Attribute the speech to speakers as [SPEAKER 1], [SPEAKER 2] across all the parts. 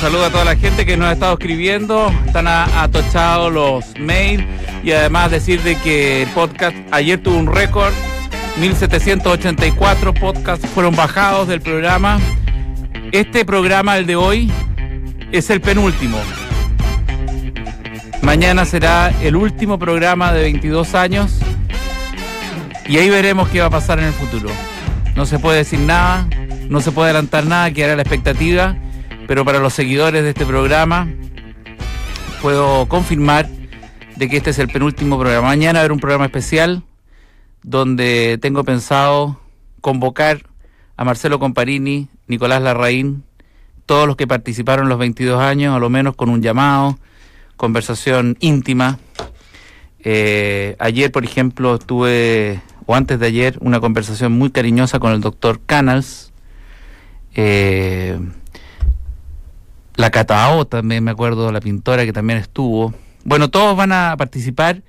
[SPEAKER 1] saludo a toda la gente que nos ha estado escribiendo. Están atochados los mails. Y además decir de que el podcast ayer tuvo un récord. 1784 podcasts fueron bajados del programa. Este programa, el de hoy, es el penúltimo. Mañana será el último programa de 22 años. Y ahí veremos qué va a pasar en el futuro. No se puede decir nada, no se puede adelantar nada, quedará la expectativa. Pero para los seguidores de este programa, puedo confirmar de que este es el penúltimo programa. Mañana habrá un programa especial donde tengo pensado convocar a Marcelo Comparini, Nicolás Larraín, todos los que participaron los 22 años, a lo menos con un llamado, conversación íntima. Eh, ayer, por ejemplo, tuve, o antes de ayer, una conversación muy cariñosa con el doctor Canals. Eh, la Catao también, me acuerdo, la pintora que también estuvo. Bueno, todos van a participar.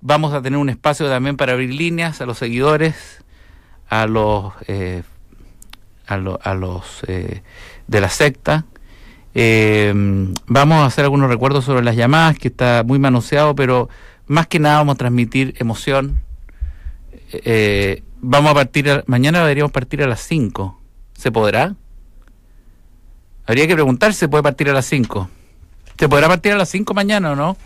[SPEAKER 1] Vamos a tener un espacio también para abrir líneas a los seguidores, a los, eh, a, lo- a los eh, de la secta. Eh, vamos a hacer algunos recuerdos sobre las llamadas, que está muy manoseado, pero más que nada vamos a transmitir emoción. Eh, vamos a partir, a- mañana deberíamos partir a las 5. ¿Se podrá? Habría que preguntar si se puede partir a las 5. ¿Se podrá partir a las 5 mañana o no?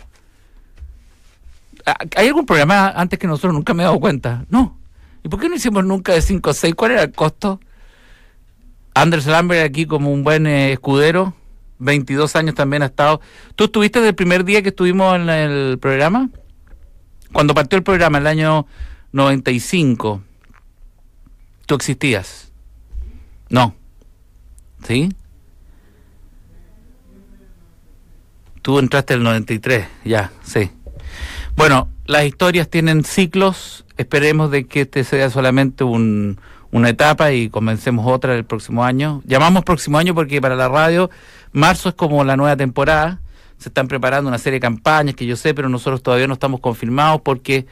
[SPEAKER 1] Ah, ¿Hay algún programa antes que nosotros? Nunca me he dado cuenta. No. ¿Y por qué no hicimos nunca de 5 a 6? ¿Cuál era el costo? Anders Lambert aquí como un buen eh, escudero. 22 años también ha estado. ¿Tú estuviste desde el primer día que estuvimos en el programa? Cuando partió el programa, el año 95, ¿tú existías? No. ¿Sí? Tú entraste el 93, ya, sí. Bueno, las historias tienen ciclos. Esperemos de que este sea solamente un- una etapa y comencemos otra el próximo año. Llamamos próximo año porque para la radio marzo es como la nueva temporada. Se están preparando una serie de campañas que yo sé, pero nosotros todavía no estamos confirmados porque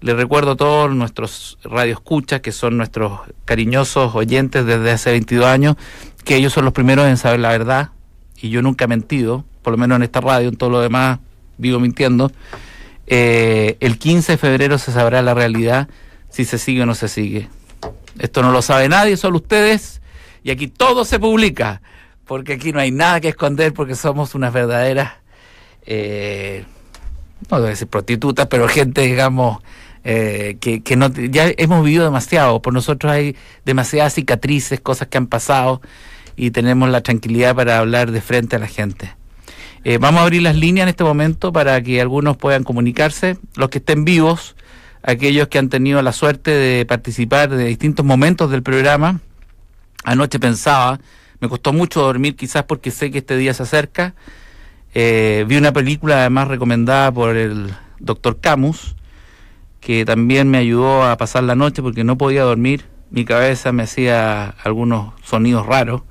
[SPEAKER 1] les recuerdo a todos nuestros radioescuchas, que son nuestros cariñosos oyentes desde hace 22 años, que ellos son los primeros en saber la verdad. Y yo nunca he mentido, por lo menos en esta radio, en todo lo demás vivo mintiendo. Eh, el 15 de febrero se sabrá la realidad si se sigue o no se sigue. Esto no lo sabe nadie, solo ustedes. Y aquí todo se publica, porque aquí no hay nada que esconder, porque somos unas verdaderas, eh, no voy a decir prostitutas, pero gente, digamos, eh, que, que no, ya hemos vivido demasiado. Por nosotros hay demasiadas cicatrices, cosas que han pasado, y tenemos la tranquilidad para hablar de frente a la gente. Eh, vamos a abrir las líneas en este momento para que algunos puedan comunicarse, los que estén vivos, aquellos que han tenido la suerte de participar de distintos momentos del programa. Anoche pensaba, me costó mucho dormir quizás porque sé que este día se acerca. Eh, vi una película además recomendada por el doctor Camus, que también me ayudó a pasar la noche porque no podía dormir, mi cabeza me hacía algunos sonidos raros.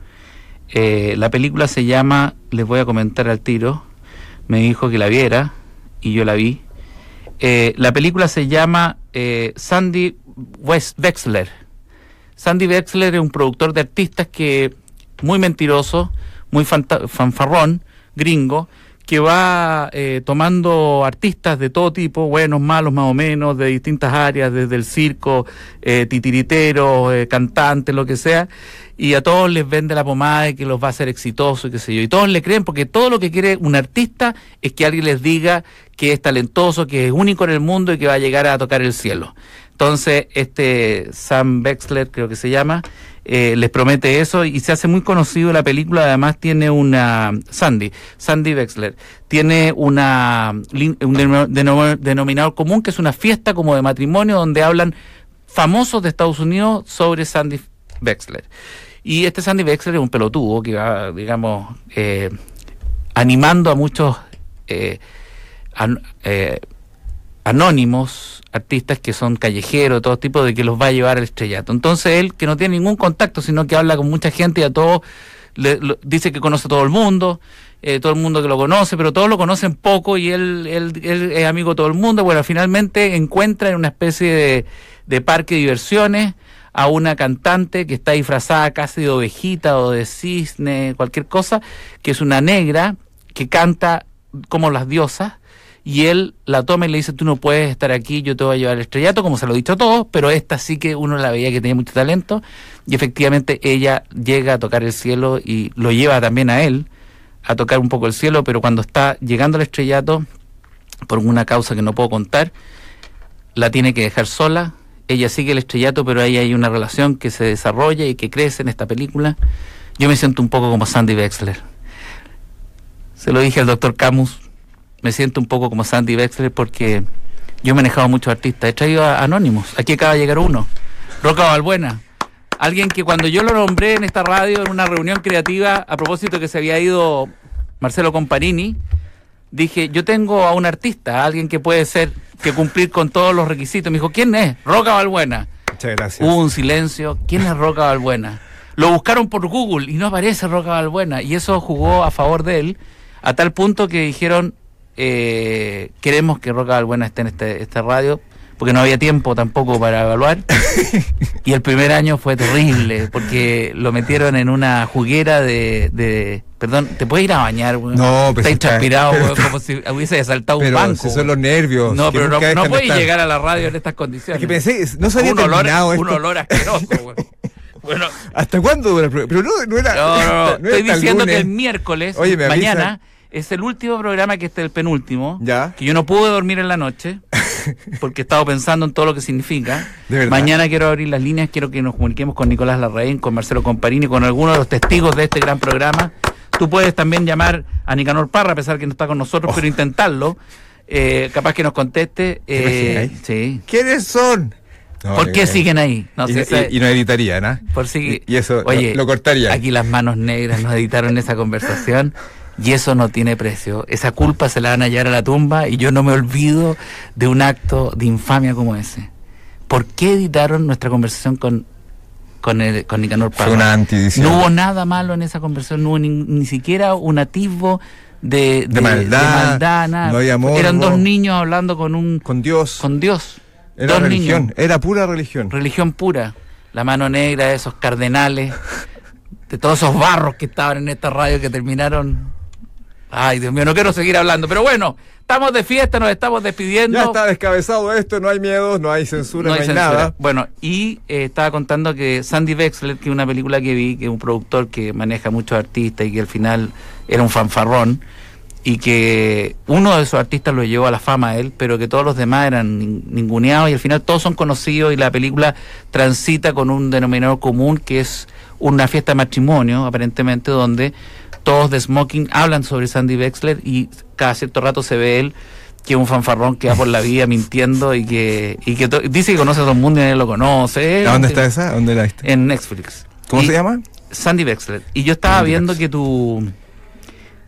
[SPEAKER 1] Eh, la película se llama, les voy a comentar al tiro, me dijo que la viera y yo la vi. Eh, la película se llama eh, Sandy West Wexler. Sandy Wexler es un productor de artistas que muy mentiroso, muy fanta- fanfarrón, gringo, que va eh, tomando artistas de todo tipo, buenos, malos, más o menos, de distintas áreas, desde el circo, eh, titiriteros, eh, cantantes, lo que sea, y a todos les vende la pomada de que los va a hacer exitosos, y qué sé yo. Y todos le creen, porque todo lo que quiere un artista es que alguien les diga que es talentoso, que es único en el mundo y que va a llegar a tocar el cielo. Entonces, este Sam Bexler, creo que se llama, eh, les promete eso y se hace muy conocido la película. Además, tiene una. Sandy, Sandy Bexler, tiene una, lin- un deno- deno- denominador común que es una fiesta como de matrimonio donde hablan famosos de Estados Unidos sobre Sandy Bexler. Y este Sandy Bexler es un pelotudo que va, digamos, eh, animando a muchos. eh, an- eh, anónimos, artistas que son callejeros, todo tipo, de que los va a llevar al estrellato. Entonces él, que no tiene ningún contacto, sino que habla con mucha gente y a todos, le, lo- dice que conoce a todo el mundo, eh, todo el mundo que lo conoce, pero todos lo conocen poco y él, él, él es amigo de todo el mundo. Bueno, finalmente encuentra en una especie de, de parque de diversiones a una cantante que está disfrazada casi de ovejita o de cisne, cualquier cosa, que es una negra que canta como las diosas, y él la toma y le dice, tú no puedes estar aquí, yo te voy a llevar al estrellato, como se lo he dicho a todos, pero esta sí que uno la veía que tenía mucho talento, y efectivamente ella llega a tocar el cielo y lo lleva también a él a tocar un poco el cielo, pero cuando está llegando al estrellato, por una causa que no puedo contar, la tiene que dejar sola, ella sigue el estrellato, pero ahí hay una relación que se desarrolla y que crece en esta película. Yo me siento un poco como Sandy Wexler. Se lo dije al doctor Camus, me siento un poco como Sandy Wexler porque yo he manejado a muchos artistas. He traído a Anónimos. Aquí acaba de llegar uno. Roca Balbuena. Alguien que cuando yo lo nombré en esta radio, en una reunión creativa, a propósito que se había ido Marcelo Comparini, dije, yo tengo a un artista, a alguien que puede ser, que cumplir con todos los requisitos. Me dijo, ¿quién es? Roca Balbuena.
[SPEAKER 2] Muchas gracias.
[SPEAKER 1] Hubo un silencio. ¿Quién es Roca Balbuena? Lo buscaron por Google y no aparece Roca Balbuena. Y eso jugó a favor de él, a tal punto que dijeron, eh, queremos que Roca Balbuena esté en este, esta radio, porque no había tiempo tampoco para evaluar. y el primer año fue terrible, porque lo metieron en una juguera de... de- Perdón, ¿te puedes ir a bañar, weón?
[SPEAKER 2] No, pero
[SPEAKER 1] Estáis
[SPEAKER 2] si está-
[SPEAKER 1] transpirado,
[SPEAKER 2] pero
[SPEAKER 1] weón,
[SPEAKER 2] está-
[SPEAKER 1] como si hubiese asaltado un
[SPEAKER 2] Pero
[SPEAKER 1] banco.
[SPEAKER 2] si son
[SPEAKER 1] weón.
[SPEAKER 2] los nervios.
[SPEAKER 1] No,
[SPEAKER 2] que
[SPEAKER 1] pero no,
[SPEAKER 2] nunca dejan
[SPEAKER 1] no
[SPEAKER 2] de
[SPEAKER 1] podéis
[SPEAKER 2] estar.
[SPEAKER 1] llegar a la radio en estas condiciones.
[SPEAKER 2] Es que pensé, no se había
[SPEAKER 1] un olor,
[SPEAKER 2] terminado
[SPEAKER 1] un
[SPEAKER 2] esto.
[SPEAKER 1] olor asqueroso, güey. Bueno,
[SPEAKER 2] ¿Hasta cuándo dura el programa? Pero no, no era.
[SPEAKER 1] no, no, no,
[SPEAKER 2] no era
[SPEAKER 1] estoy
[SPEAKER 2] hasta
[SPEAKER 1] diciendo que
[SPEAKER 2] lunes.
[SPEAKER 1] el miércoles,
[SPEAKER 2] Oye, me
[SPEAKER 1] mañana, es el último programa que este el penúltimo.
[SPEAKER 2] Ya.
[SPEAKER 1] Que yo no pude dormir en la noche porque he estado pensando en todo lo que significa.
[SPEAKER 2] De verdad.
[SPEAKER 1] Mañana quiero abrir las líneas, quiero que nos comuniquemos con Nicolás Larraín, con Marcelo Comparini, con algunos de los testigos de este gran programa. Tú puedes también llamar a Nicanor Parra, a pesar que no está con nosotros,
[SPEAKER 2] Oh.
[SPEAKER 1] pero intentarlo. Eh, capaz que nos conteste. Eh,
[SPEAKER 2] imaginas?
[SPEAKER 1] sí.
[SPEAKER 2] ¿Quiénes son? No,
[SPEAKER 1] ¿Por
[SPEAKER 2] eh,
[SPEAKER 1] qué
[SPEAKER 2] eh,
[SPEAKER 1] siguen ahí? No
[SPEAKER 2] y,
[SPEAKER 1] sé, esa-
[SPEAKER 2] y- y no ¿ah? editaría, ¿no?
[SPEAKER 1] por si-
[SPEAKER 2] y- y eso lo- lo cortaría.
[SPEAKER 1] Aquí las manos negras nos editaron esa conversación y eso no tiene precio. Esa culpa se la van a llevar a la tumba y yo no me olvido de un acto de infamia como ese. ¿Por qué editaron nuestra conversación con con, el, con Nicanor
[SPEAKER 2] Fue
[SPEAKER 1] Parra?
[SPEAKER 2] una antidición.
[SPEAKER 1] No hubo nada malo en esa conversación, no hubo ni, ni siquiera un atisbo de,
[SPEAKER 2] De maldad,
[SPEAKER 1] maldad, nada.
[SPEAKER 2] no había amor,
[SPEAKER 1] Eran
[SPEAKER 2] no.
[SPEAKER 1] dos niños hablando con un
[SPEAKER 2] Con Dios.
[SPEAKER 1] con Dios.
[SPEAKER 2] era
[SPEAKER 1] dos
[SPEAKER 2] religión.
[SPEAKER 1] niños
[SPEAKER 2] Era pura religión.
[SPEAKER 1] religión pura, la mano negra de esos cardenales, de todos esos barros que estaban en esta radio que terminaron. Ay, Dios mío, no quiero seguir hablando, pero bueno, estamos de fiesta, nos estamos despidiendo.
[SPEAKER 2] Ya está descabezado esto, no hay miedos, no hay censura, no hay,
[SPEAKER 1] censura.
[SPEAKER 2] nada.
[SPEAKER 1] Bueno, y eh, estaba contando que Sandy Wexler, que es una película que vi, que es un productor que maneja muchos artistas y que al final era un fanfarrón, y que uno de esos artistas lo llevó a la fama a él, pero que todos los demás eran nin- ninguneados y al final todos son conocidos y la película transita con un denominador común que es una fiesta de matrimonio, aparentemente, donde todos de Smoking hablan sobre Sandy Wexler y cada cierto rato se ve él que es un fanfarrón que va por la vida mintiendo y que, y que to- dice que conoce a todo el mundo y nadie lo conoce.
[SPEAKER 2] ¿A ¿Dónde está esa? ¿Dónde la viste?
[SPEAKER 1] En Netflix.
[SPEAKER 2] ¿Cómo
[SPEAKER 1] Y-
[SPEAKER 2] se llama?
[SPEAKER 1] Sandy Wexler. Y yo estaba
[SPEAKER 2] Sandy
[SPEAKER 1] viendo
[SPEAKER 2] Wexler.
[SPEAKER 1] que tu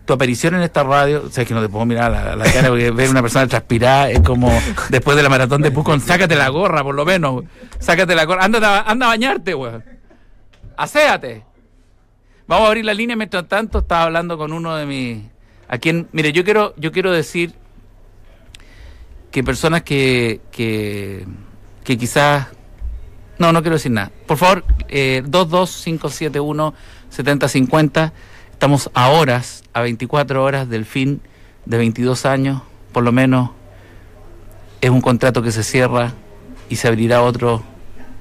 [SPEAKER 1] tu aparición en esta radio, o sea, es que no te puedo mirar a la, a la cara porque ver una persona transpirada es como después de la maratón de Pucón, sácate la gorra por lo menos, sácate la gorra, anda, a- anda a bañarte, weón. Aséate. Vamos a abrir la línea mientras tanto estaba hablando con uno de mis a quien, mire, yo quiero yo quiero decir que personas que que, que quizás no, no quiero decir nada. Por favor, eh, 22571-7050. Estamos a horas, a 24 horas del fin de 22 años. Por lo menos es un contrato que se cierra y se abrirá otro,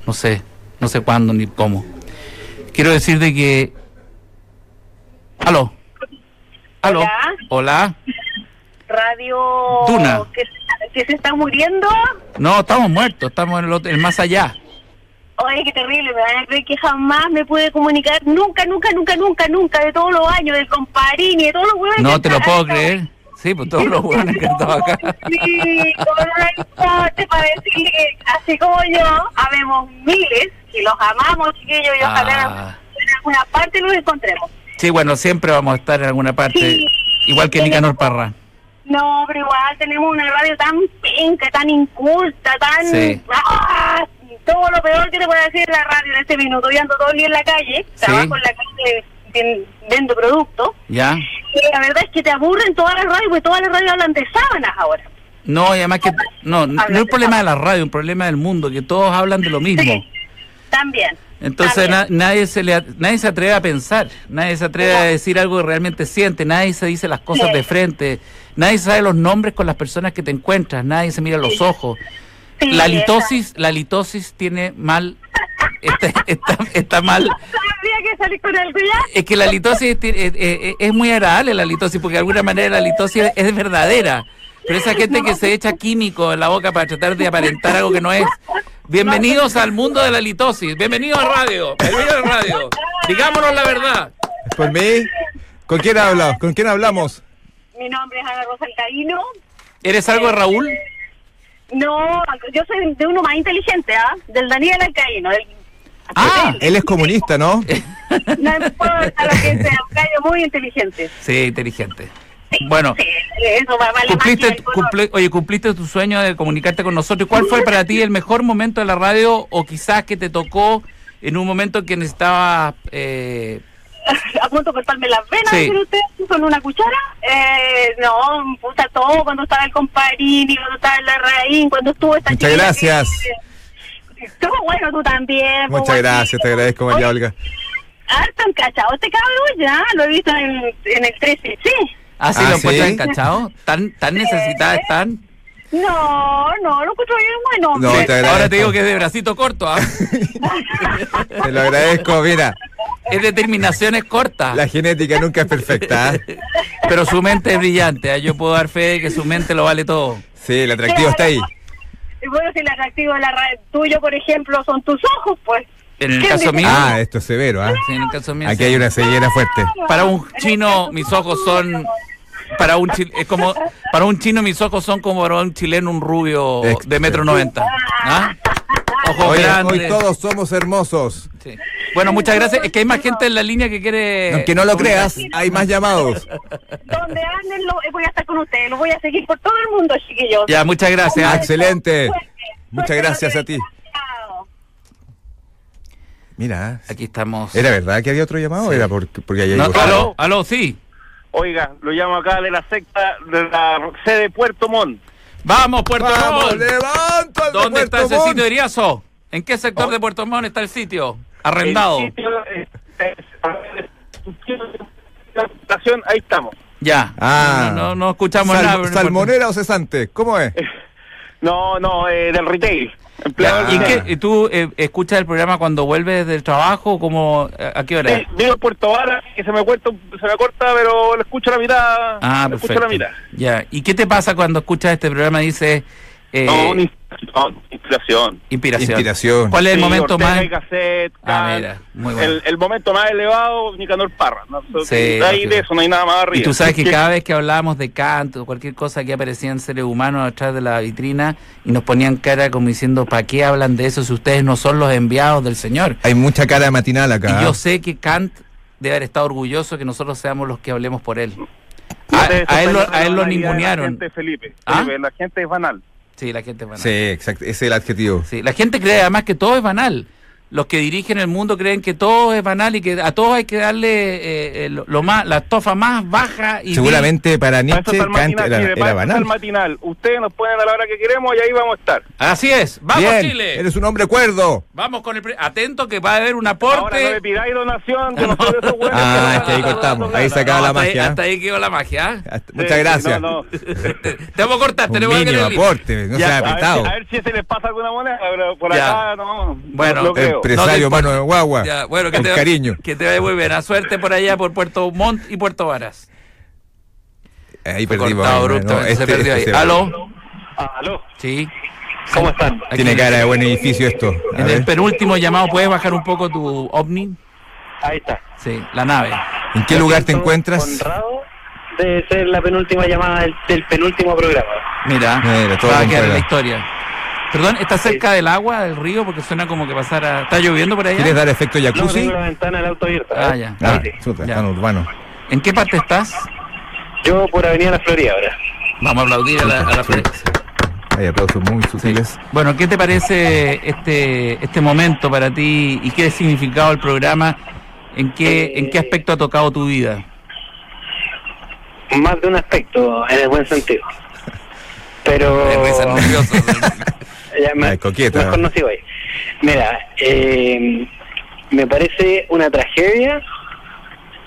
[SPEAKER 1] no sé, no sé cuándo ni cómo. Quiero decir de que... Aló. Aló.
[SPEAKER 3] Hola.
[SPEAKER 1] Hola.
[SPEAKER 3] Radio
[SPEAKER 1] Duna.
[SPEAKER 3] Que, que se está muriendo.
[SPEAKER 1] No, estamos muertos, estamos en el, otro- en el más allá.
[SPEAKER 3] Oye, qué terrible, me van a creer que jamás me pude comunicar, nunca, nunca, nunca, nunca, nunca, de todos los años, del comparini, de todos los huevos.
[SPEAKER 1] No te lo puedo creer. Sí, pues todos los hueones que han estado acá.
[SPEAKER 3] Sí, con una importe para decirle que así como yo, habemos miles y los amamos, chiquillos, y
[SPEAKER 1] Ah.
[SPEAKER 3] ojalá en alguna parte los encontremos.
[SPEAKER 1] Sí, bueno, siempre vamos a estar en alguna parte,
[SPEAKER 3] Sí.
[SPEAKER 1] igual que Nicanor Parra.
[SPEAKER 3] No, pero igual tenemos una radio tan penca, tan inculta, tan...
[SPEAKER 1] Sí.
[SPEAKER 3] ¡Ah! Todo lo peor que te puede decir la radio en este minuto. Yo ando todo el día en la calle,
[SPEAKER 1] Sí.
[SPEAKER 3] trabajo en la calle, ven- vendo productos.
[SPEAKER 1] ¿Ya?
[SPEAKER 3] Y la verdad es que te aburren todas las radios, porque todas las radios hablan de sábanas ahora.
[SPEAKER 1] No, y además que no, no es un problema de la radio, es un problema del mundo, que todos hablan de lo mismo.
[SPEAKER 3] Sí. también.
[SPEAKER 1] Entonces
[SPEAKER 3] también.
[SPEAKER 1] na- nadie se le a- nadie se atreve a pensar, nadie se atreve
[SPEAKER 3] No.
[SPEAKER 1] a decir algo que realmente siente, nadie se dice las cosas
[SPEAKER 3] Sí.
[SPEAKER 1] de frente, nadie sabe los nombres con las personas que te encuentras, nadie se mira a los
[SPEAKER 3] Sí.
[SPEAKER 1] ojos.
[SPEAKER 3] Sí,
[SPEAKER 1] La
[SPEAKER 3] esa-
[SPEAKER 1] litosis, la litosis tiene mal está, está, está mal
[SPEAKER 3] Habría que salir con algo ya.
[SPEAKER 1] es que la litosis ti- eh, eh, eh, es muy agradable la litosis porque de alguna manera la litosis es verdadera. Pero esa gente que se echa químico en la boca para tratar de aparentar algo que no es. Bienvenidos al mundo de la litosis. Bienvenidos a radio. Bienvenidos a radio. Digámonos la verdad.
[SPEAKER 2] ¿Por mí? ¿Con quién habla? ¿Con quién hablamos?
[SPEAKER 3] Mi nombre es Ana Rosa Alcaíno.
[SPEAKER 1] ¿Eres algo de Raúl?
[SPEAKER 3] No, yo soy de uno más inteligente, ¿ah? Del Daniel Alcaíno. del-
[SPEAKER 1] Ah,
[SPEAKER 2] Él es comunista, ¿no?
[SPEAKER 3] No importa lo que sea, Alcaíno muy inteligente.
[SPEAKER 1] sí, inteligente.
[SPEAKER 3] Sí,
[SPEAKER 1] Bueno,
[SPEAKER 3] sí, eso va- vale más que
[SPEAKER 1] cumpliste,
[SPEAKER 3] el color.
[SPEAKER 1] cumple- oye, cumpliste tu sueño de comunicarte con nosotros. ¿Cuál fue para ti el mejor momento de la radio o quizás que te tocó en un momento que necesitabas eh,
[SPEAKER 3] a punto de cortarme las venas,
[SPEAKER 1] Sí.
[SPEAKER 3] dicen ustedes, con una cuchara. Eh, no, puta, todo cuando estaba el comparini, cuando estaba el Larraín, cuando estuvo esta
[SPEAKER 2] Muchas
[SPEAKER 3] chiquilla
[SPEAKER 2] gracias.
[SPEAKER 3] que- Estuvo bueno tú también. po,
[SPEAKER 2] Muchas
[SPEAKER 3] guachito.
[SPEAKER 2] gracias, te agradezco, María Olga.
[SPEAKER 3] Harto encachado este cabrón ya, lo he visto en, en el 13, sí.
[SPEAKER 1] Ah, sí,
[SPEAKER 2] Ah,
[SPEAKER 1] lo
[SPEAKER 2] ¿sí?
[SPEAKER 1] encuentran encachado. Tan, tan necesitadas están.
[SPEAKER 3] No, no, lo encuentro bien bueno.
[SPEAKER 2] No,
[SPEAKER 3] hombre.
[SPEAKER 2] te agradezco.
[SPEAKER 1] Ahora te digo que es de bracito corto, ¿ah?
[SPEAKER 2] Te lo agradezco, mira.
[SPEAKER 1] es de terminaciones cortas.
[SPEAKER 2] La genética nunca es perfecta. ¿ah?
[SPEAKER 1] Pero su mente es brillante. ¿ah? Yo puedo dar fe de que su mente lo vale todo.
[SPEAKER 2] Sí, el atractivo está ahí.
[SPEAKER 3] Y bueno, si el atractivo de la ra- tuyo, por ejemplo, son tus ojos, pues.
[SPEAKER 1] En el
[SPEAKER 3] ¿Quién
[SPEAKER 1] caso
[SPEAKER 3] dice?
[SPEAKER 1] mío.
[SPEAKER 2] Ah, esto es severo, ¿ah?
[SPEAKER 1] Sí, en el caso mío,
[SPEAKER 2] Aquí
[SPEAKER 1] sí.
[SPEAKER 2] hay una ceguera fuerte.
[SPEAKER 1] Para un chino, mis ojos son. Para un chi- es como para un chino mis ojos son como para un chileno un rubio de metro noventa. ¿ah? Ojos
[SPEAKER 2] Oye,
[SPEAKER 1] grandes.
[SPEAKER 2] hoy todos somos hermosos.
[SPEAKER 1] Sí. Bueno, muchas gracias. Es que hay más gente en la línea que quiere.
[SPEAKER 2] Aunque no lo creas, hay más llamados.
[SPEAKER 3] Donde anden, lo, eh, voy a estar con ustedes, lo voy a seguir por todo el mundo, chiquillos.
[SPEAKER 1] Ya, muchas gracias.
[SPEAKER 2] Ah, excelente.
[SPEAKER 3] Suerte.
[SPEAKER 2] Muchas
[SPEAKER 3] Suerte,
[SPEAKER 2] gracias a ti.
[SPEAKER 3] Chao.
[SPEAKER 2] Mira, ¿ah?
[SPEAKER 1] Aquí estamos.
[SPEAKER 2] ¿era verdad que había otro llamado? Era porque, porque ahí hay
[SPEAKER 1] No,
[SPEAKER 2] otro.
[SPEAKER 1] aló, aló, sí.
[SPEAKER 4] Oiga, lo llamo acá de la secta de la sede Puerto Montt.
[SPEAKER 1] Vamos, Puerto
[SPEAKER 2] ¡Vamos,
[SPEAKER 1] Montt.
[SPEAKER 2] levanta el de
[SPEAKER 1] ¿Dónde está
[SPEAKER 2] Puerto
[SPEAKER 1] ese
[SPEAKER 2] Montt!
[SPEAKER 1] sitio de Iriazo? ¿En qué sector de Puerto Montt está el sitio? Arrendado.
[SPEAKER 4] Oh. El sitio, eh, eh, Ahí estamos.
[SPEAKER 1] Ya.
[SPEAKER 2] Ah.
[SPEAKER 1] No, no, no escuchamos
[SPEAKER 2] Sal-
[SPEAKER 1] nada. pero no
[SPEAKER 2] ¿Salmonera o cesante? ¿Cómo es?
[SPEAKER 4] No, no, eh, del retail. Empleado
[SPEAKER 1] importa.
[SPEAKER 4] del
[SPEAKER 1] ¿Y
[SPEAKER 4] retail.
[SPEAKER 1] qué, y tú eh, escuchas el programa cuando vuelves del trabajo? ¿Cómo, a, a qué hora?
[SPEAKER 4] Sí, Vivo en Puerto Vara, que se me, corta, se me corta, pero lo escucho a la mitad.
[SPEAKER 1] Ah,
[SPEAKER 4] lo
[SPEAKER 1] perfecto.
[SPEAKER 4] escucho a la mitad.
[SPEAKER 1] Ya. ¿Y qué te pasa cuando escuchas este programa y dices eh,
[SPEAKER 4] No, una inspiración, no, una inspiración.
[SPEAKER 1] inspiración?
[SPEAKER 2] Inspiración.
[SPEAKER 1] ¿Cuál es el
[SPEAKER 4] Sí,
[SPEAKER 1] momento
[SPEAKER 4] Ortega
[SPEAKER 1] más?
[SPEAKER 4] y Gasset,
[SPEAKER 1] Ah,
[SPEAKER 4] Kant.
[SPEAKER 1] mira, muy bueno.
[SPEAKER 4] el, el momento más elevado, Nicanor Parra. ¿no?
[SPEAKER 1] Sí,
[SPEAKER 4] De ahí
[SPEAKER 1] lógico.
[SPEAKER 4] de eso no hay nada más arriba.
[SPEAKER 1] Y tú sabes que
[SPEAKER 4] Sí.
[SPEAKER 1] cada vez que hablábamos de Kant o cualquier cosa que aparecía en seres humanos atrás de la vitrina y nos ponían cara como diciendo, ¿para qué hablan de eso si ustedes no son los enviados del Señor?
[SPEAKER 2] Hay mucha cara matinal acá.
[SPEAKER 1] Y yo sé que Kant debe haber estado orgulloso que nosotros seamos los que hablemos por él.
[SPEAKER 4] No
[SPEAKER 2] Ah,
[SPEAKER 1] A,
[SPEAKER 4] te
[SPEAKER 1] a él, lo,
[SPEAKER 4] sorprenda
[SPEAKER 1] a él
[SPEAKER 4] la
[SPEAKER 1] lo
[SPEAKER 4] banalidad de la
[SPEAKER 1] ningunearon.
[SPEAKER 4] gente, Felipe.
[SPEAKER 1] ¿Ah?
[SPEAKER 4] Felipe, La gente es banal.
[SPEAKER 1] Sí, la gente es banal.
[SPEAKER 2] ¿ah? Sí, exacto. Ese es el adjetivo.
[SPEAKER 1] Sí, La gente cree además que todo es banal. Los que dirigen el mundo creen que todo es banal y que a todos hay que darle eh, eh, lo, lo más, la estofa más baja y
[SPEAKER 2] Seguramente para
[SPEAKER 4] Para eso
[SPEAKER 2] Nietzsche,
[SPEAKER 4] está el
[SPEAKER 2] Kant
[SPEAKER 4] matinal,
[SPEAKER 2] era,
[SPEAKER 4] mire,
[SPEAKER 2] era
[SPEAKER 4] para eso está
[SPEAKER 2] banal.
[SPEAKER 4] el matinal. Ustedes nos ponen a la hora que queremos y ahí vamos a estar.
[SPEAKER 1] Así es. Vamos
[SPEAKER 2] Bien,
[SPEAKER 1] Chile.
[SPEAKER 2] eres un hombre cuerdo.
[SPEAKER 1] Vamos con el pri- atento que va a haber un
[SPEAKER 4] Ahora no
[SPEAKER 1] aporte.
[SPEAKER 4] me pidáis donación, que nosotros esos hueones
[SPEAKER 2] Ah,
[SPEAKER 4] que
[SPEAKER 2] es que ahí
[SPEAKER 4] no-
[SPEAKER 2] cortamos,
[SPEAKER 4] no-
[SPEAKER 2] ahí se acaba la
[SPEAKER 1] hasta, ahí-
[SPEAKER 2] magia.
[SPEAKER 1] hasta ahí quedó la magia. ¿eh?
[SPEAKER 2] Hasta-
[SPEAKER 4] Sí,
[SPEAKER 2] Muchas
[SPEAKER 4] sí,
[SPEAKER 2] gracias.
[SPEAKER 4] no, no.
[SPEAKER 1] Te vamos a cortar,
[SPEAKER 2] Un
[SPEAKER 1] tenemos que
[SPEAKER 2] mínimo
[SPEAKER 1] leer el libro.
[SPEAKER 2] aporte, no
[SPEAKER 1] Ya.
[SPEAKER 2] sea
[SPEAKER 1] A
[SPEAKER 4] A ver,
[SPEAKER 2] apretado.
[SPEAKER 4] si- a ver si se les pasa alguna moneda, pero por
[SPEAKER 1] Ya.
[SPEAKER 4] acá no.
[SPEAKER 1] Bueno,
[SPEAKER 4] no
[SPEAKER 2] eh,
[SPEAKER 4] lo creo.
[SPEAKER 1] Empresa.
[SPEAKER 2] Empresario,
[SPEAKER 1] No te importa.
[SPEAKER 2] mano de guagua.
[SPEAKER 1] Ya, bueno, que
[SPEAKER 2] con
[SPEAKER 1] te,
[SPEAKER 2] cariño.
[SPEAKER 1] que te vaya muy bien. A suerte por allá, por Puerto Montt y Puerto Varas.
[SPEAKER 2] Eh, Ahí
[SPEAKER 1] Fue
[SPEAKER 2] perdimos.
[SPEAKER 1] cortado
[SPEAKER 2] ahí, ¿no?
[SPEAKER 1] abruptamente,
[SPEAKER 2] Este-
[SPEAKER 1] se perdió
[SPEAKER 2] este
[SPEAKER 1] ahí.
[SPEAKER 2] se-
[SPEAKER 1] Aló,
[SPEAKER 4] Aló,
[SPEAKER 1] sí.
[SPEAKER 4] ¿cómo están?
[SPEAKER 1] aquí.
[SPEAKER 2] Tiene cara de buen edificio esto. A
[SPEAKER 1] En este
[SPEAKER 2] ver.
[SPEAKER 1] el penúltimo llamado, ¿puedes bajar un poco tu ovni?
[SPEAKER 5] Ahí está.
[SPEAKER 1] Sí, la nave.
[SPEAKER 2] ¿En qué lugar te
[SPEAKER 5] Siento
[SPEAKER 2] encuentras?
[SPEAKER 5] Honrado de ser la penúltima llamada del, del penúltimo programa.
[SPEAKER 1] Mira,
[SPEAKER 2] Mira, todo
[SPEAKER 1] va a
[SPEAKER 2] con
[SPEAKER 1] quedar en
[SPEAKER 2] fuera.
[SPEAKER 1] la historia. Perdón, ¿está cerca del agua, del río? Porque suena como que pasara... ¿Está lloviendo por allá?
[SPEAKER 2] ¿Quieres dar efecto
[SPEAKER 5] No
[SPEAKER 2] jacuzzi?
[SPEAKER 5] tengo la ventana del auto abierta.
[SPEAKER 1] Ah,
[SPEAKER 5] ¿eh?
[SPEAKER 1] ya.
[SPEAKER 2] Ah,
[SPEAKER 5] Sí.
[SPEAKER 2] chuta,
[SPEAKER 1] Ya.
[SPEAKER 2] tan urbano.
[SPEAKER 1] ¿En qué parte estás?
[SPEAKER 5] Yo por Avenida La Florida ahora.
[SPEAKER 1] Vamos a aplaudir a la, a la Florencia.
[SPEAKER 2] Hay aplausos muy sutiles.
[SPEAKER 1] Bueno, ¿qué te parece este este momento para ti y qué significado el programa? ¿En qué en qué aspecto ha tocado tu vida?
[SPEAKER 5] Más de un aspecto, en el buen sentido. Pero.
[SPEAKER 1] Me risa nervioso.
[SPEAKER 5] Ya me-
[SPEAKER 2] Ay, coqueta.
[SPEAKER 5] Mejor no sigo ahí. Mira, eh, me parece una tragedia.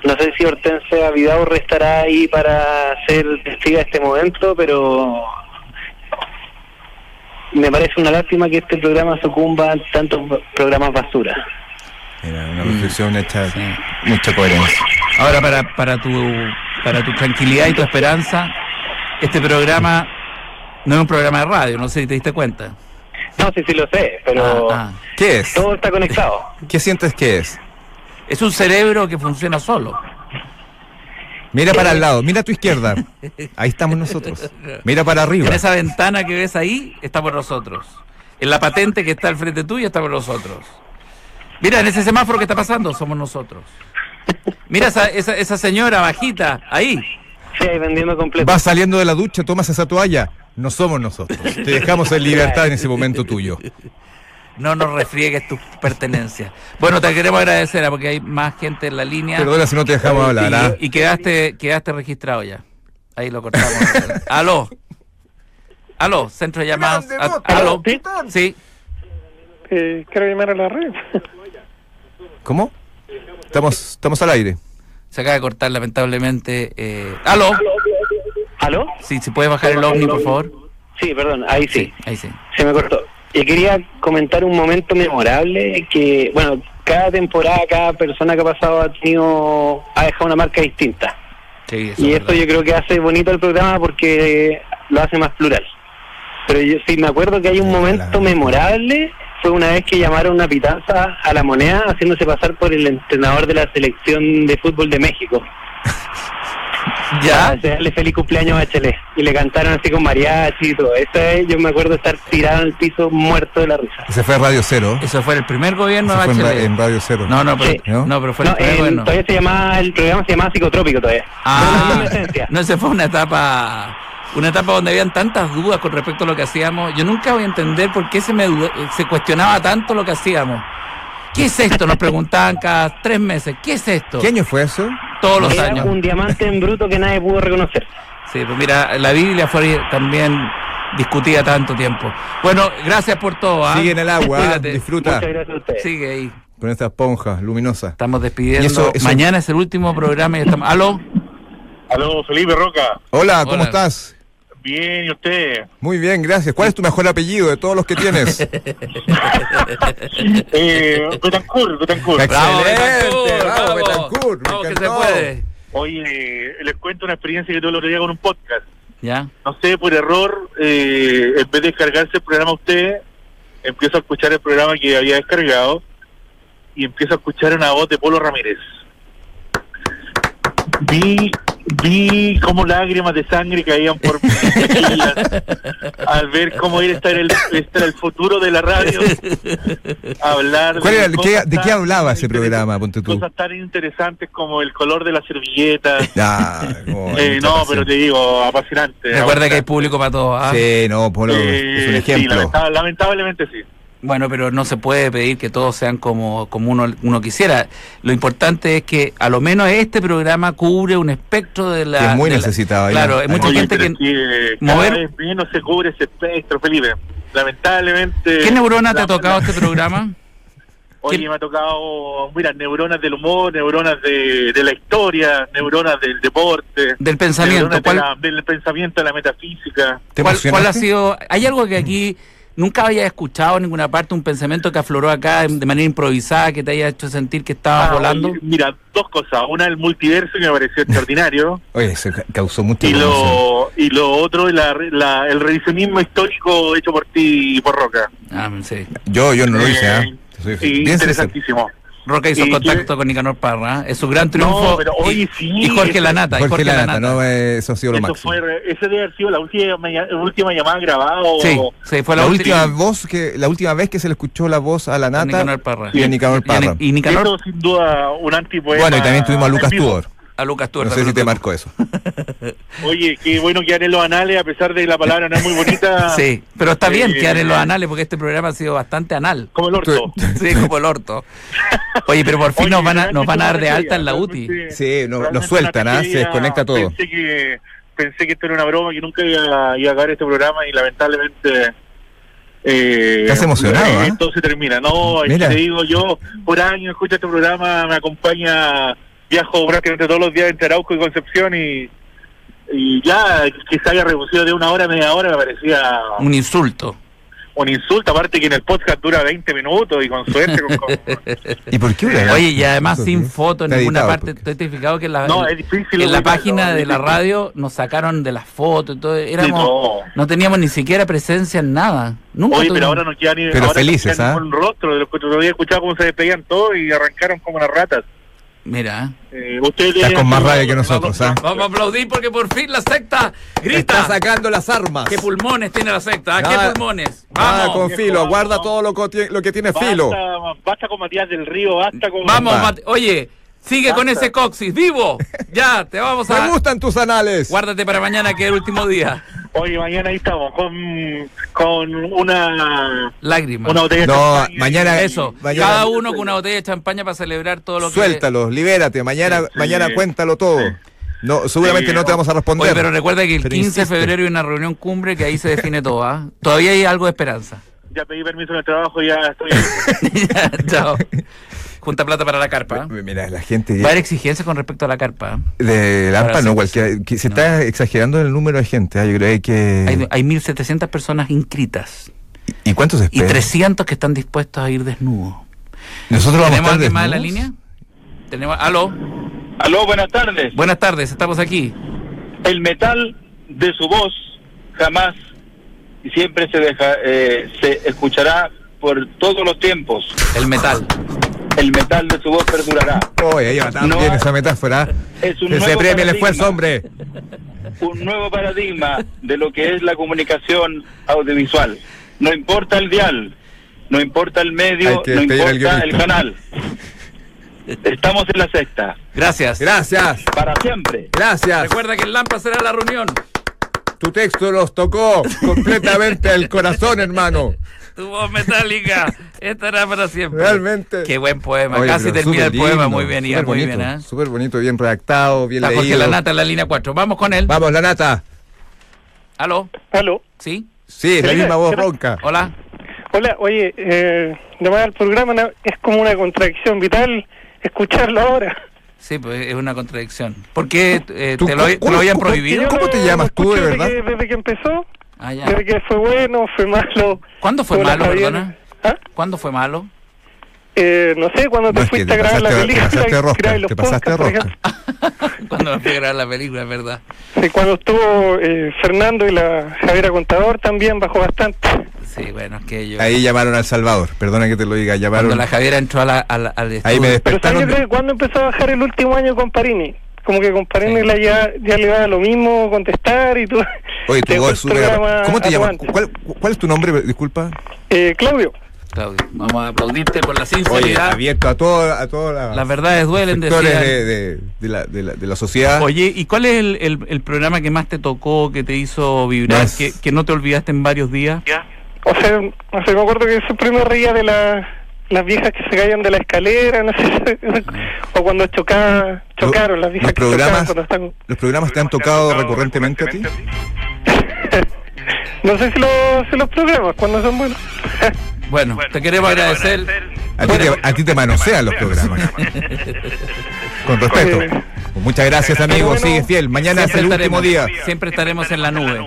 [SPEAKER 5] No sé si Hortensia Vidaurre estará ahí para ser testiga de este momento, pero me parece una lástima que este programa sucumba a tantos programas basura.
[SPEAKER 2] Era una reflexión hecha
[SPEAKER 1] Sí.
[SPEAKER 2] mucha coherencia.
[SPEAKER 1] Ahora para, para tu para tu tranquilidad y tu esperanza, este programa no es un programa de radio, no sé si te diste cuenta.
[SPEAKER 5] No sé si lo sé, pero
[SPEAKER 1] Ah, ah.
[SPEAKER 2] ¿Qué es?
[SPEAKER 5] todo está conectado.
[SPEAKER 2] ¿Qué sientes que es?
[SPEAKER 1] Es un cerebro que funciona solo.
[SPEAKER 2] Mira para el lado, mira a tu izquierda. Ahí estamos nosotros. Mira para arriba.
[SPEAKER 1] En esa ventana que ves ahí, está por nosotros. En la patente que está al frente tuyo, está por nosotros. Mira, en ese semáforo que está pasando, somos nosotros. Mira esa, esa, esa señora bajita, ahí.
[SPEAKER 5] Sí, ahí vendiendo completo.
[SPEAKER 2] Vas saliendo de la ducha, tomas esa toalla. No somos nosotros. Te dejamos en libertad en ese momento tuyo.
[SPEAKER 1] No nos refriegues tus pertenencias. Bueno, te queremos agradecer ah, porque hay más gente en la línea.
[SPEAKER 2] Perdona si no te dejamos hablar. ¿ah?
[SPEAKER 1] Y, y quedaste, quedaste registrado ya. Ahí lo cortamos. aló. Aló, centro de llamadas.
[SPEAKER 2] Grande
[SPEAKER 1] A-
[SPEAKER 2] nota.
[SPEAKER 1] aló. Sí.
[SPEAKER 6] Eh, quiero llamar a la red.
[SPEAKER 2] ¿Cómo? Estamos, estamos al aire.
[SPEAKER 1] Se acaba de cortar, lamentablemente. eh, aló.
[SPEAKER 5] ¿Aló?
[SPEAKER 1] Sí, si puedes bajar el ovni, por favor.
[SPEAKER 5] Sí, perdón, ahí sí.
[SPEAKER 1] Ahí sí.
[SPEAKER 5] Se me cortó. Yo quería comentar un momento memorable que, bueno, cada temporada, cada persona que ha pasado ha tenido, ha dejado una marca distinta.
[SPEAKER 1] Sí,
[SPEAKER 5] y
[SPEAKER 1] es
[SPEAKER 5] eso yo creo que hace bonito el programa porque lo hace más plural. Pero yo sí me acuerdo que hay un momento
[SPEAKER 2] Claro.
[SPEAKER 5] memorable, fue una vez que llamaron una pitanza a la moneda haciéndose pasar por el entrenador de la selección de fútbol de México.
[SPEAKER 1] verdad.
[SPEAKER 5] para
[SPEAKER 1] Ya.
[SPEAKER 5] desearle feliz cumpleaños a Bachelet. Y le cantaron así con mariachi y todo. Esa vez yo me acuerdo estar tirado en el piso muerto de la risa.
[SPEAKER 2] Ese fue Radio Cero.
[SPEAKER 1] Eso fue el primer gobierno
[SPEAKER 2] Ese
[SPEAKER 1] de
[SPEAKER 2] fue en, ra-
[SPEAKER 1] Bachelet.
[SPEAKER 2] en Radio Cero.
[SPEAKER 1] No, no, pero,
[SPEAKER 5] Sí.
[SPEAKER 1] ¿no? pero fue
[SPEAKER 5] No,
[SPEAKER 1] el primer
[SPEAKER 5] el-
[SPEAKER 1] gobierno.
[SPEAKER 5] todavía se llamaba, el programa se llamaba Psicotrópico todavía. Pero
[SPEAKER 1] Ah,
[SPEAKER 5] no es la esencia.
[SPEAKER 1] no, se fue una etapa, una etapa donde habían tantas dudas con respecto a lo que hacíamos. Yo nunca voy a entender por qué se me duda- se cuestionaba tanto lo que hacíamos. ¿Qué es esto? Nos preguntaban cada tres meses. ¿Qué es esto?
[SPEAKER 2] ¿Qué año fue eso?
[SPEAKER 1] Todos los
[SPEAKER 5] Era
[SPEAKER 1] años.
[SPEAKER 5] un diamante en bruto que nadie pudo reconocer.
[SPEAKER 1] Sí, pues mira, la Biblia fue también discutida tanto tiempo. Bueno, gracias por todo. ¿ah?
[SPEAKER 2] Sigue en el agua.
[SPEAKER 1] Cuídate.
[SPEAKER 2] Disfruta
[SPEAKER 5] Muchas gracias a ustedes.
[SPEAKER 1] Sigue ahí.
[SPEAKER 2] con esta esponja luminosa.
[SPEAKER 1] Estamos despidiendo.
[SPEAKER 2] Y eso- eso-
[SPEAKER 1] Mañana es el último programa y estamos. ¿Aló?
[SPEAKER 4] Aló, Felipe Roca.
[SPEAKER 2] Hola, ¿cómo
[SPEAKER 1] Hola.
[SPEAKER 2] estás?
[SPEAKER 4] Bien, ¿y usted?
[SPEAKER 2] Muy bien, gracias. ¿Cuál es tu mejor apellido de todos los que tienes?
[SPEAKER 4] Eh, Betancourt, Betancourt.
[SPEAKER 2] Ex- Excelente,
[SPEAKER 1] Betancourt,
[SPEAKER 2] bravo, Betancourt, me
[SPEAKER 1] Vamos, que se
[SPEAKER 2] encantó.
[SPEAKER 1] puede.
[SPEAKER 4] Oye, les cuento una experiencia que tuve el otro día con un podcast.
[SPEAKER 1] Ya.
[SPEAKER 4] No sé, por error, eh, en vez de descargarse el programa a usted, empiezo a escuchar el programa que había descargado y empiezo a escuchar una voz de Polo Ramírez. Vi, vi como lágrimas de sangre caían por mis mejillas al ver cómo era estar el, estar el futuro de la radio. Hablar
[SPEAKER 2] ¿Cuál era el- qué- de
[SPEAKER 4] tan
[SPEAKER 2] qué hablaba ese
[SPEAKER 4] interesantes-
[SPEAKER 2] programa, ponte tú?
[SPEAKER 4] Cosas tan interesantes como el color de la servilleta.
[SPEAKER 2] Ah, no, hay
[SPEAKER 4] Eh,
[SPEAKER 2] mucha
[SPEAKER 4] no,
[SPEAKER 2] pasión.
[SPEAKER 4] pero te digo, apasionante.
[SPEAKER 1] Recuerda que hay
[SPEAKER 4] apasionante.
[SPEAKER 1] público para todos. ¿ah?
[SPEAKER 2] Sí, no, Polo,
[SPEAKER 4] Eh,
[SPEAKER 2] es un
[SPEAKER 4] sí,
[SPEAKER 2] ejemplo.
[SPEAKER 4] lamenta- lamentablemente sí.
[SPEAKER 1] Bueno, pero no se puede pedir que todos sean como, como uno, uno quisiera. Lo importante es que a lo menos este programa cubre un espectro de la...
[SPEAKER 2] Que es muy
[SPEAKER 1] de la-
[SPEAKER 2] necesitado, hay
[SPEAKER 1] claro,
[SPEAKER 2] una-
[SPEAKER 1] hay
[SPEAKER 2] hay
[SPEAKER 1] mucha
[SPEAKER 2] una-
[SPEAKER 4] Oye,
[SPEAKER 1] gente que...
[SPEAKER 4] pero sí, eh,
[SPEAKER 1] mover-
[SPEAKER 4] cada vez menos se cubre ese espectro, Felipe. Lamentablemente.
[SPEAKER 1] ¿Qué neurona te ha
[SPEAKER 4] la-
[SPEAKER 1] tocado
[SPEAKER 4] la-
[SPEAKER 1] este programa?
[SPEAKER 4] Oye,
[SPEAKER 1] ¿Quién-
[SPEAKER 4] me ha tocado, mira, neuronas del humor, neuronas de, de la historia, neuronas del deporte,
[SPEAKER 1] Del pensamiento.
[SPEAKER 4] neuronas
[SPEAKER 1] ¿Cuál,
[SPEAKER 4] de la- del pensamiento, de la metafísica.
[SPEAKER 2] ¿Te
[SPEAKER 1] cuál, cuál ha
[SPEAKER 2] emocionaste? Mm.
[SPEAKER 1] sido...? ¿Hay algo que aquí nunca había escuchado en ninguna parte, un pensamiento que afloró acá de manera improvisada, que te haya hecho sentir que estabas
[SPEAKER 4] Ah,
[SPEAKER 1] volando?
[SPEAKER 4] oye, mira, dos cosas. Una, el multiverso que me pareció extraordinario.
[SPEAKER 2] Oye, se ca- causó mucha
[SPEAKER 4] Y
[SPEAKER 2] emoción.
[SPEAKER 4] lo, y lo otro, la, la- el revisionismo histórico hecho por ti y por Roca.
[SPEAKER 1] Ah, sí.
[SPEAKER 2] Yo, yo no lo hice, ¿ah?
[SPEAKER 4] Eh,
[SPEAKER 2] Soy
[SPEAKER 4] sí,
[SPEAKER 2] bien sincero.
[SPEAKER 4] interesantísimo.
[SPEAKER 1] Roca hizo
[SPEAKER 4] Y
[SPEAKER 1] contacto
[SPEAKER 4] quiere-
[SPEAKER 1] con Nicanor Parra. ¿ah? Es su gran triunfo.
[SPEAKER 4] No, pero, oye,
[SPEAKER 1] y,
[SPEAKER 4] sí,
[SPEAKER 1] y Jorge
[SPEAKER 4] eso-
[SPEAKER 1] Lanata. y
[SPEAKER 2] Jorge Lanata,
[SPEAKER 1] Lanata.
[SPEAKER 2] no, eh, eso ha sido lo
[SPEAKER 4] Eso
[SPEAKER 2] máximo.
[SPEAKER 4] fue, ese debe haber sido la última, maya- la última llamada grabada. o-
[SPEAKER 1] Sí, sí, fue
[SPEAKER 2] Oh. La,
[SPEAKER 1] la,
[SPEAKER 2] última voz que, la última vez que se le escuchó la voz a la nata
[SPEAKER 1] Nicanor Parra.
[SPEAKER 2] y a Nicanor
[SPEAKER 1] Y a Ni-
[SPEAKER 2] Parra.
[SPEAKER 1] Y Nicanor
[SPEAKER 4] Eso sin duda un antipoeta.
[SPEAKER 2] Bueno, y también tuvimos a Lucas
[SPEAKER 4] en vivo.
[SPEAKER 2] Tudor.
[SPEAKER 1] a Lucas Tuerta.
[SPEAKER 2] No sé si te marcó eso.
[SPEAKER 4] Oye, qué bueno quedar en los anales, a pesar de que la palabra no es muy bonita.
[SPEAKER 1] Sí, pero está bien
[SPEAKER 4] Eh,
[SPEAKER 1] quedar en los anales porque este programa ha sido bastante anal.
[SPEAKER 4] Como el orto.
[SPEAKER 1] Sí, como el orto. Oye, pero por fin
[SPEAKER 4] Oye,
[SPEAKER 1] nos van a,
[SPEAKER 4] realmente
[SPEAKER 1] nos van a dar de
[SPEAKER 4] una
[SPEAKER 1] alta en la UTI.
[SPEAKER 4] tragedia, realmente-
[SPEAKER 2] Sí, no- lo
[SPEAKER 4] realmente
[SPEAKER 2] sueltan,
[SPEAKER 4] una
[SPEAKER 2] ¿ah? Se
[SPEAKER 4] tragedia.
[SPEAKER 2] desconecta todo.
[SPEAKER 4] Pensé que, pensé que esto era una broma, que nunca iba, iba a acabar este programa y lamentablemente Eh,
[SPEAKER 2] Estás emocionado,
[SPEAKER 4] eh,
[SPEAKER 2] ¿ah?
[SPEAKER 4] Entonces termina. No, es que
[SPEAKER 2] Mira.
[SPEAKER 4] te digo yo, por año escucho este programa, me acompaña, viajo prácticamente todos los días entre Arauco y Concepción y, y ya que se haya reducido de una hora a media hora me parecía
[SPEAKER 1] Un insulto.
[SPEAKER 4] un insulto. Aparte que en el podcast dura 20 minutos y con suerte. con- con-
[SPEAKER 2] ¿Y por qué huracán?
[SPEAKER 1] Oye, y además
[SPEAKER 2] Eso
[SPEAKER 1] sin
[SPEAKER 2] sí.
[SPEAKER 1] foto en
[SPEAKER 2] Está
[SPEAKER 1] ninguna
[SPEAKER 2] editado,
[SPEAKER 1] parte.
[SPEAKER 2] porque-
[SPEAKER 1] Estoy testificado que en la,
[SPEAKER 4] no,
[SPEAKER 1] en-
[SPEAKER 4] es difícil.
[SPEAKER 1] en la
[SPEAKER 4] ubicarlo,
[SPEAKER 1] página
[SPEAKER 4] es
[SPEAKER 1] de la
[SPEAKER 4] difícil.
[SPEAKER 1] radio nos sacaron de las fotos. y todo.
[SPEAKER 4] Sí,
[SPEAKER 1] Éramos,
[SPEAKER 4] no.
[SPEAKER 1] no teníamos ni siquiera presencia en nada. Nunca
[SPEAKER 4] Oye, pero
[SPEAKER 1] tuvimos-
[SPEAKER 4] ahora no queda ni.
[SPEAKER 2] Pero
[SPEAKER 4] ahora no
[SPEAKER 2] felices,
[SPEAKER 4] queda
[SPEAKER 2] ¿ah?
[SPEAKER 4] ningún rostro. De los que todavía escuchaba cómo se despedían todos y arrancaron como unas ratas.
[SPEAKER 1] Mira.
[SPEAKER 4] Eh, ustedes
[SPEAKER 2] Estás con más rabia que nosotros, ¿ah?
[SPEAKER 1] Vamos a aplaudir porque por fin la secta grita.
[SPEAKER 2] Está sacando las armas.
[SPEAKER 1] ¿Qué pulmones tiene la secta? ¿ah?
[SPEAKER 2] Nada-
[SPEAKER 1] ¿Qué pulmones?
[SPEAKER 2] Nada
[SPEAKER 1] Vamos.
[SPEAKER 2] Ah, con filo,
[SPEAKER 4] Vamos.
[SPEAKER 2] guarda todo lo que, tie- lo que tiene filo.
[SPEAKER 4] Basta, basta con Matías del Río, basta con.
[SPEAKER 1] Vamos,
[SPEAKER 2] Va.
[SPEAKER 1] Mate- oye, sigue con ese coxis, vivo. Ya, te vamos
[SPEAKER 2] Me
[SPEAKER 1] a.
[SPEAKER 2] gustan tus anales.
[SPEAKER 1] Guárdate para mañana que es el último día.
[SPEAKER 4] Oye, mañana ahí estamos con, con una,
[SPEAKER 1] Lágrimas.
[SPEAKER 4] una botella
[SPEAKER 2] No,
[SPEAKER 4] champaña y-
[SPEAKER 2] mañana-
[SPEAKER 1] Eso,
[SPEAKER 2] Mañana-
[SPEAKER 1] cada uno con una botella de champaña para celebrar todo lo que.
[SPEAKER 2] Suéltalos, libérate. Mañana,
[SPEAKER 4] Sí.
[SPEAKER 2] mañana cuéntalo todo.
[SPEAKER 4] Sí.
[SPEAKER 2] No, seguramente
[SPEAKER 4] Sí,
[SPEAKER 2] no te vamos a responder.
[SPEAKER 1] Oye, pero recuerda que el
[SPEAKER 2] Pero
[SPEAKER 1] 15 de
[SPEAKER 2] insiste.
[SPEAKER 1] febrero hay una reunión cumbre que ahí se define todo, ¿ah? Todavía hay algo de esperanza.
[SPEAKER 4] Ya pedí permiso en el trabajo, ya estoy. ahí.
[SPEAKER 1] Ya, Chao. Junta plata para la carpa. ¿ah?
[SPEAKER 2] M- Mira, la gente
[SPEAKER 1] Va a haber exigencias con respecto a la carpa. ¿ah?
[SPEAKER 2] de Lampa,
[SPEAKER 1] Ahora
[SPEAKER 2] no,
[SPEAKER 1] sí,
[SPEAKER 2] cualquiera. que se
[SPEAKER 1] no.
[SPEAKER 2] está exagerando el número de gente. ah, Yo creo que.
[SPEAKER 1] Hay, hay 1.700 personas inscritas
[SPEAKER 2] ¿Y cuántos
[SPEAKER 1] y
[SPEAKER 2] esperan?
[SPEAKER 1] 300 que están dispuestos a ir desnudos.
[SPEAKER 2] Nosotros vamos a
[SPEAKER 1] ¿Tenemos
[SPEAKER 2] estar
[SPEAKER 1] alguien más en la
[SPEAKER 2] desnudos.
[SPEAKER 1] línea? Tenemos, aló,
[SPEAKER 4] Aló, buenas tardes.
[SPEAKER 1] buenas tardes, estamos aquí.
[SPEAKER 4] El metal de su voz jamás y siempre se deja, eh, se escuchará por todos los tiempos.
[SPEAKER 1] El metal.
[SPEAKER 4] El metal de su voz perdurará.
[SPEAKER 2] Oye, ahí va tan
[SPEAKER 4] No
[SPEAKER 2] bien
[SPEAKER 4] hay-
[SPEAKER 2] esa metáfora.
[SPEAKER 4] Es un
[SPEAKER 2] Que se
[SPEAKER 4] nuevo
[SPEAKER 2] premie el
[SPEAKER 4] paradigma.
[SPEAKER 2] esfuerzo, hombre.
[SPEAKER 4] un nuevo paradigma de lo que es la comunicación audiovisual. No importa el dial, no importa el
[SPEAKER 2] Hay
[SPEAKER 4] medio,
[SPEAKER 2] que
[SPEAKER 4] no
[SPEAKER 2] despedir al
[SPEAKER 4] importa el
[SPEAKER 2] guionista.
[SPEAKER 4] canal. Estamos en la sexta,
[SPEAKER 1] Gracias.
[SPEAKER 2] Gracias,
[SPEAKER 4] para siempre.
[SPEAKER 2] gracias.
[SPEAKER 1] Recuerda que el Lampa será la reunión.
[SPEAKER 2] Tu texto los tocó completamente el corazón, hermano.
[SPEAKER 1] Tu voz metálica estará para siempre.
[SPEAKER 2] Realmente.
[SPEAKER 1] Qué buen poema.
[SPEAKER 2] Oye,
[SPEAKER 1] Casi
[SPEAKER 2] pero
[SPEAKER 1] termina el
[SPEAKER 2] súper
[SPEAKER 1] poema.
[SPEAKER 2] lindo,
[SPEAKER 1] Muy bien, Ian,
[SPEAKER 2] súper
[SPEAKER 1] muy
[SPEAKER 2] bonito,
[SPEAKER 1] bien. ¿eh?
[SPEAKER 2] Súper bonito, bien redactado, bien
[SPEAKER 1] Está Jorge
[SPEAKER 2] leído.
[SPEAKER 1] Lanata en la línea 4. Vamos con él.
[SPEAKER 2] Vamos, la nata.
[SPEAKER 1] Aló.
[SPEAKER 6] ¿Aló?
[SPEAKER 1] ¿Sí?
[SPEAKER 2] Sí, la
[SPEAKER 6] Oye,
[SPEAKER 2] misma voz
[SPEAKER 6] ¿qué tal?
[SPEAKER 2] ronca.
[SPEAKER 1] Hola.
[SPEAKER 6] Hola, oye, eh, llamar al programa na- es como una contradicción vital escucharlo ahora.
[SPEAKER 1] Sí, pues es una contradicción. ¿Por qué eh,
[SPEAKER 2] ¿Tú
[SPEAKER 1] te, lo,
[SPEAKER 2] cu-
[SPEAKER 1] te lo
[SPEAKER 2] cómo-
[SPEAKER 1] habían
[SPEAKER 2] cómo-
[SPEAKER 1] prohibido?
[SPEAKER 2] cómo- te
[SPEAKER 6] lo-
[SPEAKER 2] llamas
[SPEAKER 6] lo
[SPEAKER 2] tú, de
[SPEAKER 6] escucho
[SPEAKER 2] verdad?
[SPEAKER 6] Desde que, desde que empezó,
[SPEAKER 1] Ah, ya.
[SPEAKER 6] desde que fue bueno, fue malo.
[SPEAKER 1] ¿Cuándo fue
[SPEAKER 6] Con las
[SPEAKER 1] malo,
[SPEAKER 6] aviones.
[SPEAKER 1] perdona?
[SPEAKER 6] ¿Ah?
[SPEAKER 1] ¿Cuándo fue malo?
[SPEAKER 6] Eh, no sé, cuando te
[SPEAKER 2] No, es que
[SPEAKER 6] fuiste
[SPEAKER 2] te
[SPEAKER 6] a grabar la
[SPEAKER 2] pasaste- te
[SPEAKER 6] película,
[SPEAKER 2] pasaste de rosca,
[SPEAKER 6] grabé los
[SPEAKER 2] te pasaste de
[SPEAKER 6] podcasts, por
[SPEAKER 2] rosca.
[SPEAKER 6] ejemplo.
[SPEAKER 1] Cuando me fui a grabar la película, es verdad.
[SPEAKER 6] Sí, cuando estuvo eh, Fernando y la Javiera Contador también bajó bastante.
[SPEAKER 1] Sí, bueno, es que yo...
[SPEAKER 2] Ahí llamaron al Salvador, perdona que te lo diga,
[SPEAKER 1] cuando
[SPEAKER 2] llamaron.
[SPEAKER 1] la Javiera entró a la- a la- al estudio...
[SPEAKER 2] Ahí me
[SPEAKER 6] Pero ¿sabes?
[SPEAKER 2] despertaron.
[SPEAKER 6] yo creo
[SPEAKER 2] de-
[SPEAKER 6] que cuando empezó a bajar el último año con Parini, como que con Parini
[SPEAKER 1] Sí.
[SPEAKER 6] la ya, ya le daba lo mismo contestar y tú.
[SPEAKER 2] Oye, tu
[SPEAKER 6] dejó
[SPEAKER 2] voz
[SPEAKER 6] el
[SPEAKER 2] es súper-
[SPEAKER 6] programa
[SPEAKER 2] ¿Cómo te llamas?
[SPEAKER 6] aguante.
[SPEAKER 2] ¿Cuál, ¿Cuál es tu nombre? Disculpa.
[SPEAKER 6] Eh, Claudio.
[SPEAKER 1] Claudio, vamos a aplaudirte por la
[SPEAKER 2] Oye,
[SPEAKER 1] sinceridad.
[SPEAKER 2] abierto a todo, a todas las-
[SPEAKER 1] Las verdades duelen,
[SPEAKER 2] sectores
[SPEAKER 1] decían.
[SPEAKER 2] de, de- de la, de la- de la sociedad.
[SPEAKER 1] Oye, ¿y cuál es el, el- el programa que más te tocó, que te hizo vibrar,
[SPEAKER 2] Más.
[SPEAKER 1] que, que no te olvidaste en varios días?
[SPEAKER 6] O sea, no sé, me acuerdo que siempre me reía de la- las viejas que se caían de la escalera, no sé, o cuando
[SPEAKER 2] Lo-
[SPEAKER 6] chocaban, chocaron las viejas
[SPEAKER 2] los
[SPEAKER 6] que chocaban
[SPEAKER 2] programas,
[SPEAKER 6] cuando están...
[SPEAKER 2] los programas te han tocado recurrentemente a ti.
[SPEAKER 6] No sé si, lo- si los programas, cuando son buenos.
[SPEAKER 1] Bueno, te queremos agradecer.
[SPEAKER 2] A ti te, a ti te manosean los programas. Con respeto.
[SPEAKER 6] Eh,
[SPEAKER 2] Pues muchas gracias, amigo.
[SPEAKER 6] Bueno,
[SPEAKER 2] Sigue fiel. Mañana es el último
[SPEAKER 1] estaremos-
[SPEAKER 2] día.
[SPEAKER 1] Siempre estaremos en la nube.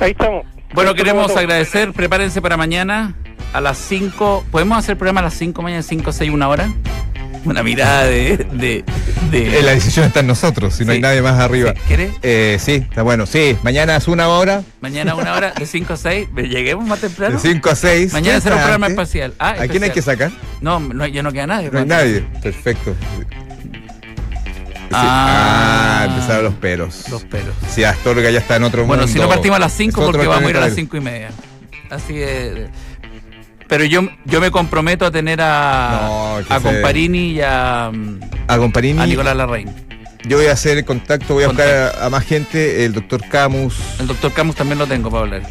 [SPEAKER 6] ahí estamos.
[SPEAKER 1] Bueno,
[SPEAKER 6] Eso
[SPEAKER 1] queremos
[SPEAKER 6] todo.
[SPEAKER 1] agradecer. Prepárense para mañana a las 5. ¿Podemos hacer programa a las 5 mañana, 5, 6, una hora? Una mirada de. de, de-
[SPEAKER 2] Eh, La decisión está en nosotros, si no
[SPEAKER 1] Sí.
[SPEAKER 2] hay nadie más arriba.
[SPEAKER 1] Sí, ¿quieres?
[SPEAKER 2] Eh, sí, está bueno. Sí, mañana es una hora,
[SPEAKER 1] Mañana una hora, de 5 a 6. Lleguemos más temprano.
[SPEAKER 2] de 5 a 6.
[SPEAKER 1] Mañana será un programa espacial. Ah,
[SPEAKER 2] ¿A quién hay
[SPEAKER 1] especial.
[SPEAKER 2] que sacar?
[SPEAKER 1] No, no, ya no queda nadie.
[SPEAKER 2] No hay nadie. Perfecto. Sí.
[SPEAKER 1] Ah.
[SPEAKER 2] Ah, empezaron los peros.
[SPEAKER 1] Los pelos.
[SPEAKER 2] Si Astorga ya está en otro
[SPEAKER 1] Bueno,
[SPEAKER 2] mundo.
[SPEAKER 1] si no partimos a las
[SPEAKER 2] Es
[SPEAKER 1] 5
[SPEAKER 2] otro
[SPEAKER 1] porque vamos a ir a
[SPEAKER 2] planeta
[SPEAKER 1] las
[SPEAKER 2] él.
[SPEAKER 1] 5 y media. Así que... Pero yo, yo me comprometo a tener
[SPEAKER 2] No,
[SPEAKER 1] a,
[SPEAKER 2] que
[SPEAKER 1] a
[SPEAKER 2] se-
[SPEAKER 1] Comparini y a, mm,
[SPEAKER 2] A Comparini.
[SPEAKER 1] a Nicolás Larraín.
[SPEAKER 2] Yo voy a hacer el contacto, voy a buscar a, a más gente, el doctor Camus,
[SPEAKER 1] El doctor Camus también lo tengo para hablar.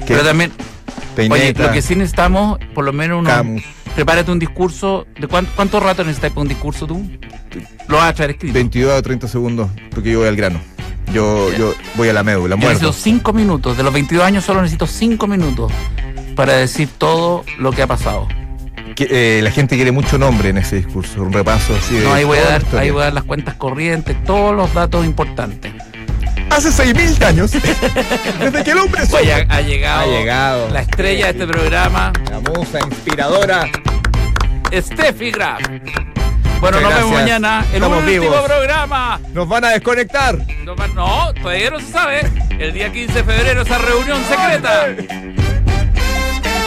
[SPEAKER 2] que
[SPEAKER 1] Pero también, oye,
[SPEAKER 2] Peineta,
[SPEAKER 1] lo que sí necesitamos, por lo menos uno...
[SPEAKER 2] Camus.
[SPEAKER 1] Prepárate un discurso. ¿De cuánto, cuánto rato necesitas para un discurso tú? Lo vas a traer escrito.
[SPEAKER 2] 22 a 30 segundos, porque yo voy al grano. Yo,
[SPEAKER 1] Ya.
[SPEAKER 2] yo voy a la médula,
[SPEAKER 1] Yo necesito
[SPEAKER 2] muerto.
[SPEAKER 1] 5 minutos. De los 22 años solo necesito 5 minutos. para decir todo lo que ha pasado.
[SPEAKER 2] Que, eh, la gente quiere mucho nombre en ese discurso, un repaso así de.
[SPEAKER 1] No, ahí voy, a
[SPEAKER 2] toda la
[SPEAKER 1] dar,
[SPEAKER 2] historia.
[SPEAKER 1] ahí voy a dar las cuentas corrientes, todos los datos importantes.
[SPEAKER 2] Hace 6.000 años, desde que el hombre es
[SPEAKER 1] Pues ya ha llegado,
[SPEAKER 2] Ha llegado.
[SPEAKER 1] la estrella de este programa,
[SPEAKER 2] La musa inspiradora.
[SPEAKER 1] Steffi Graf. Bueno, nos
[SPEAKER 2] Muchas
[SPEAKER 1] vemos
[SPEAKER 2] gracias.
[SPEAKER 1] mañana, el
[SPEAKER 2] Estamos
[SPEAKER 1] último
[SPEAKER 2] vivos.
[SPEAKER 1] programa.
[SPEAKER 2] Nos van a desconectar.
[SPEAKER 1] No, ma- no, todavía no se sabe. El día 15 de febrero esa reunión secreta.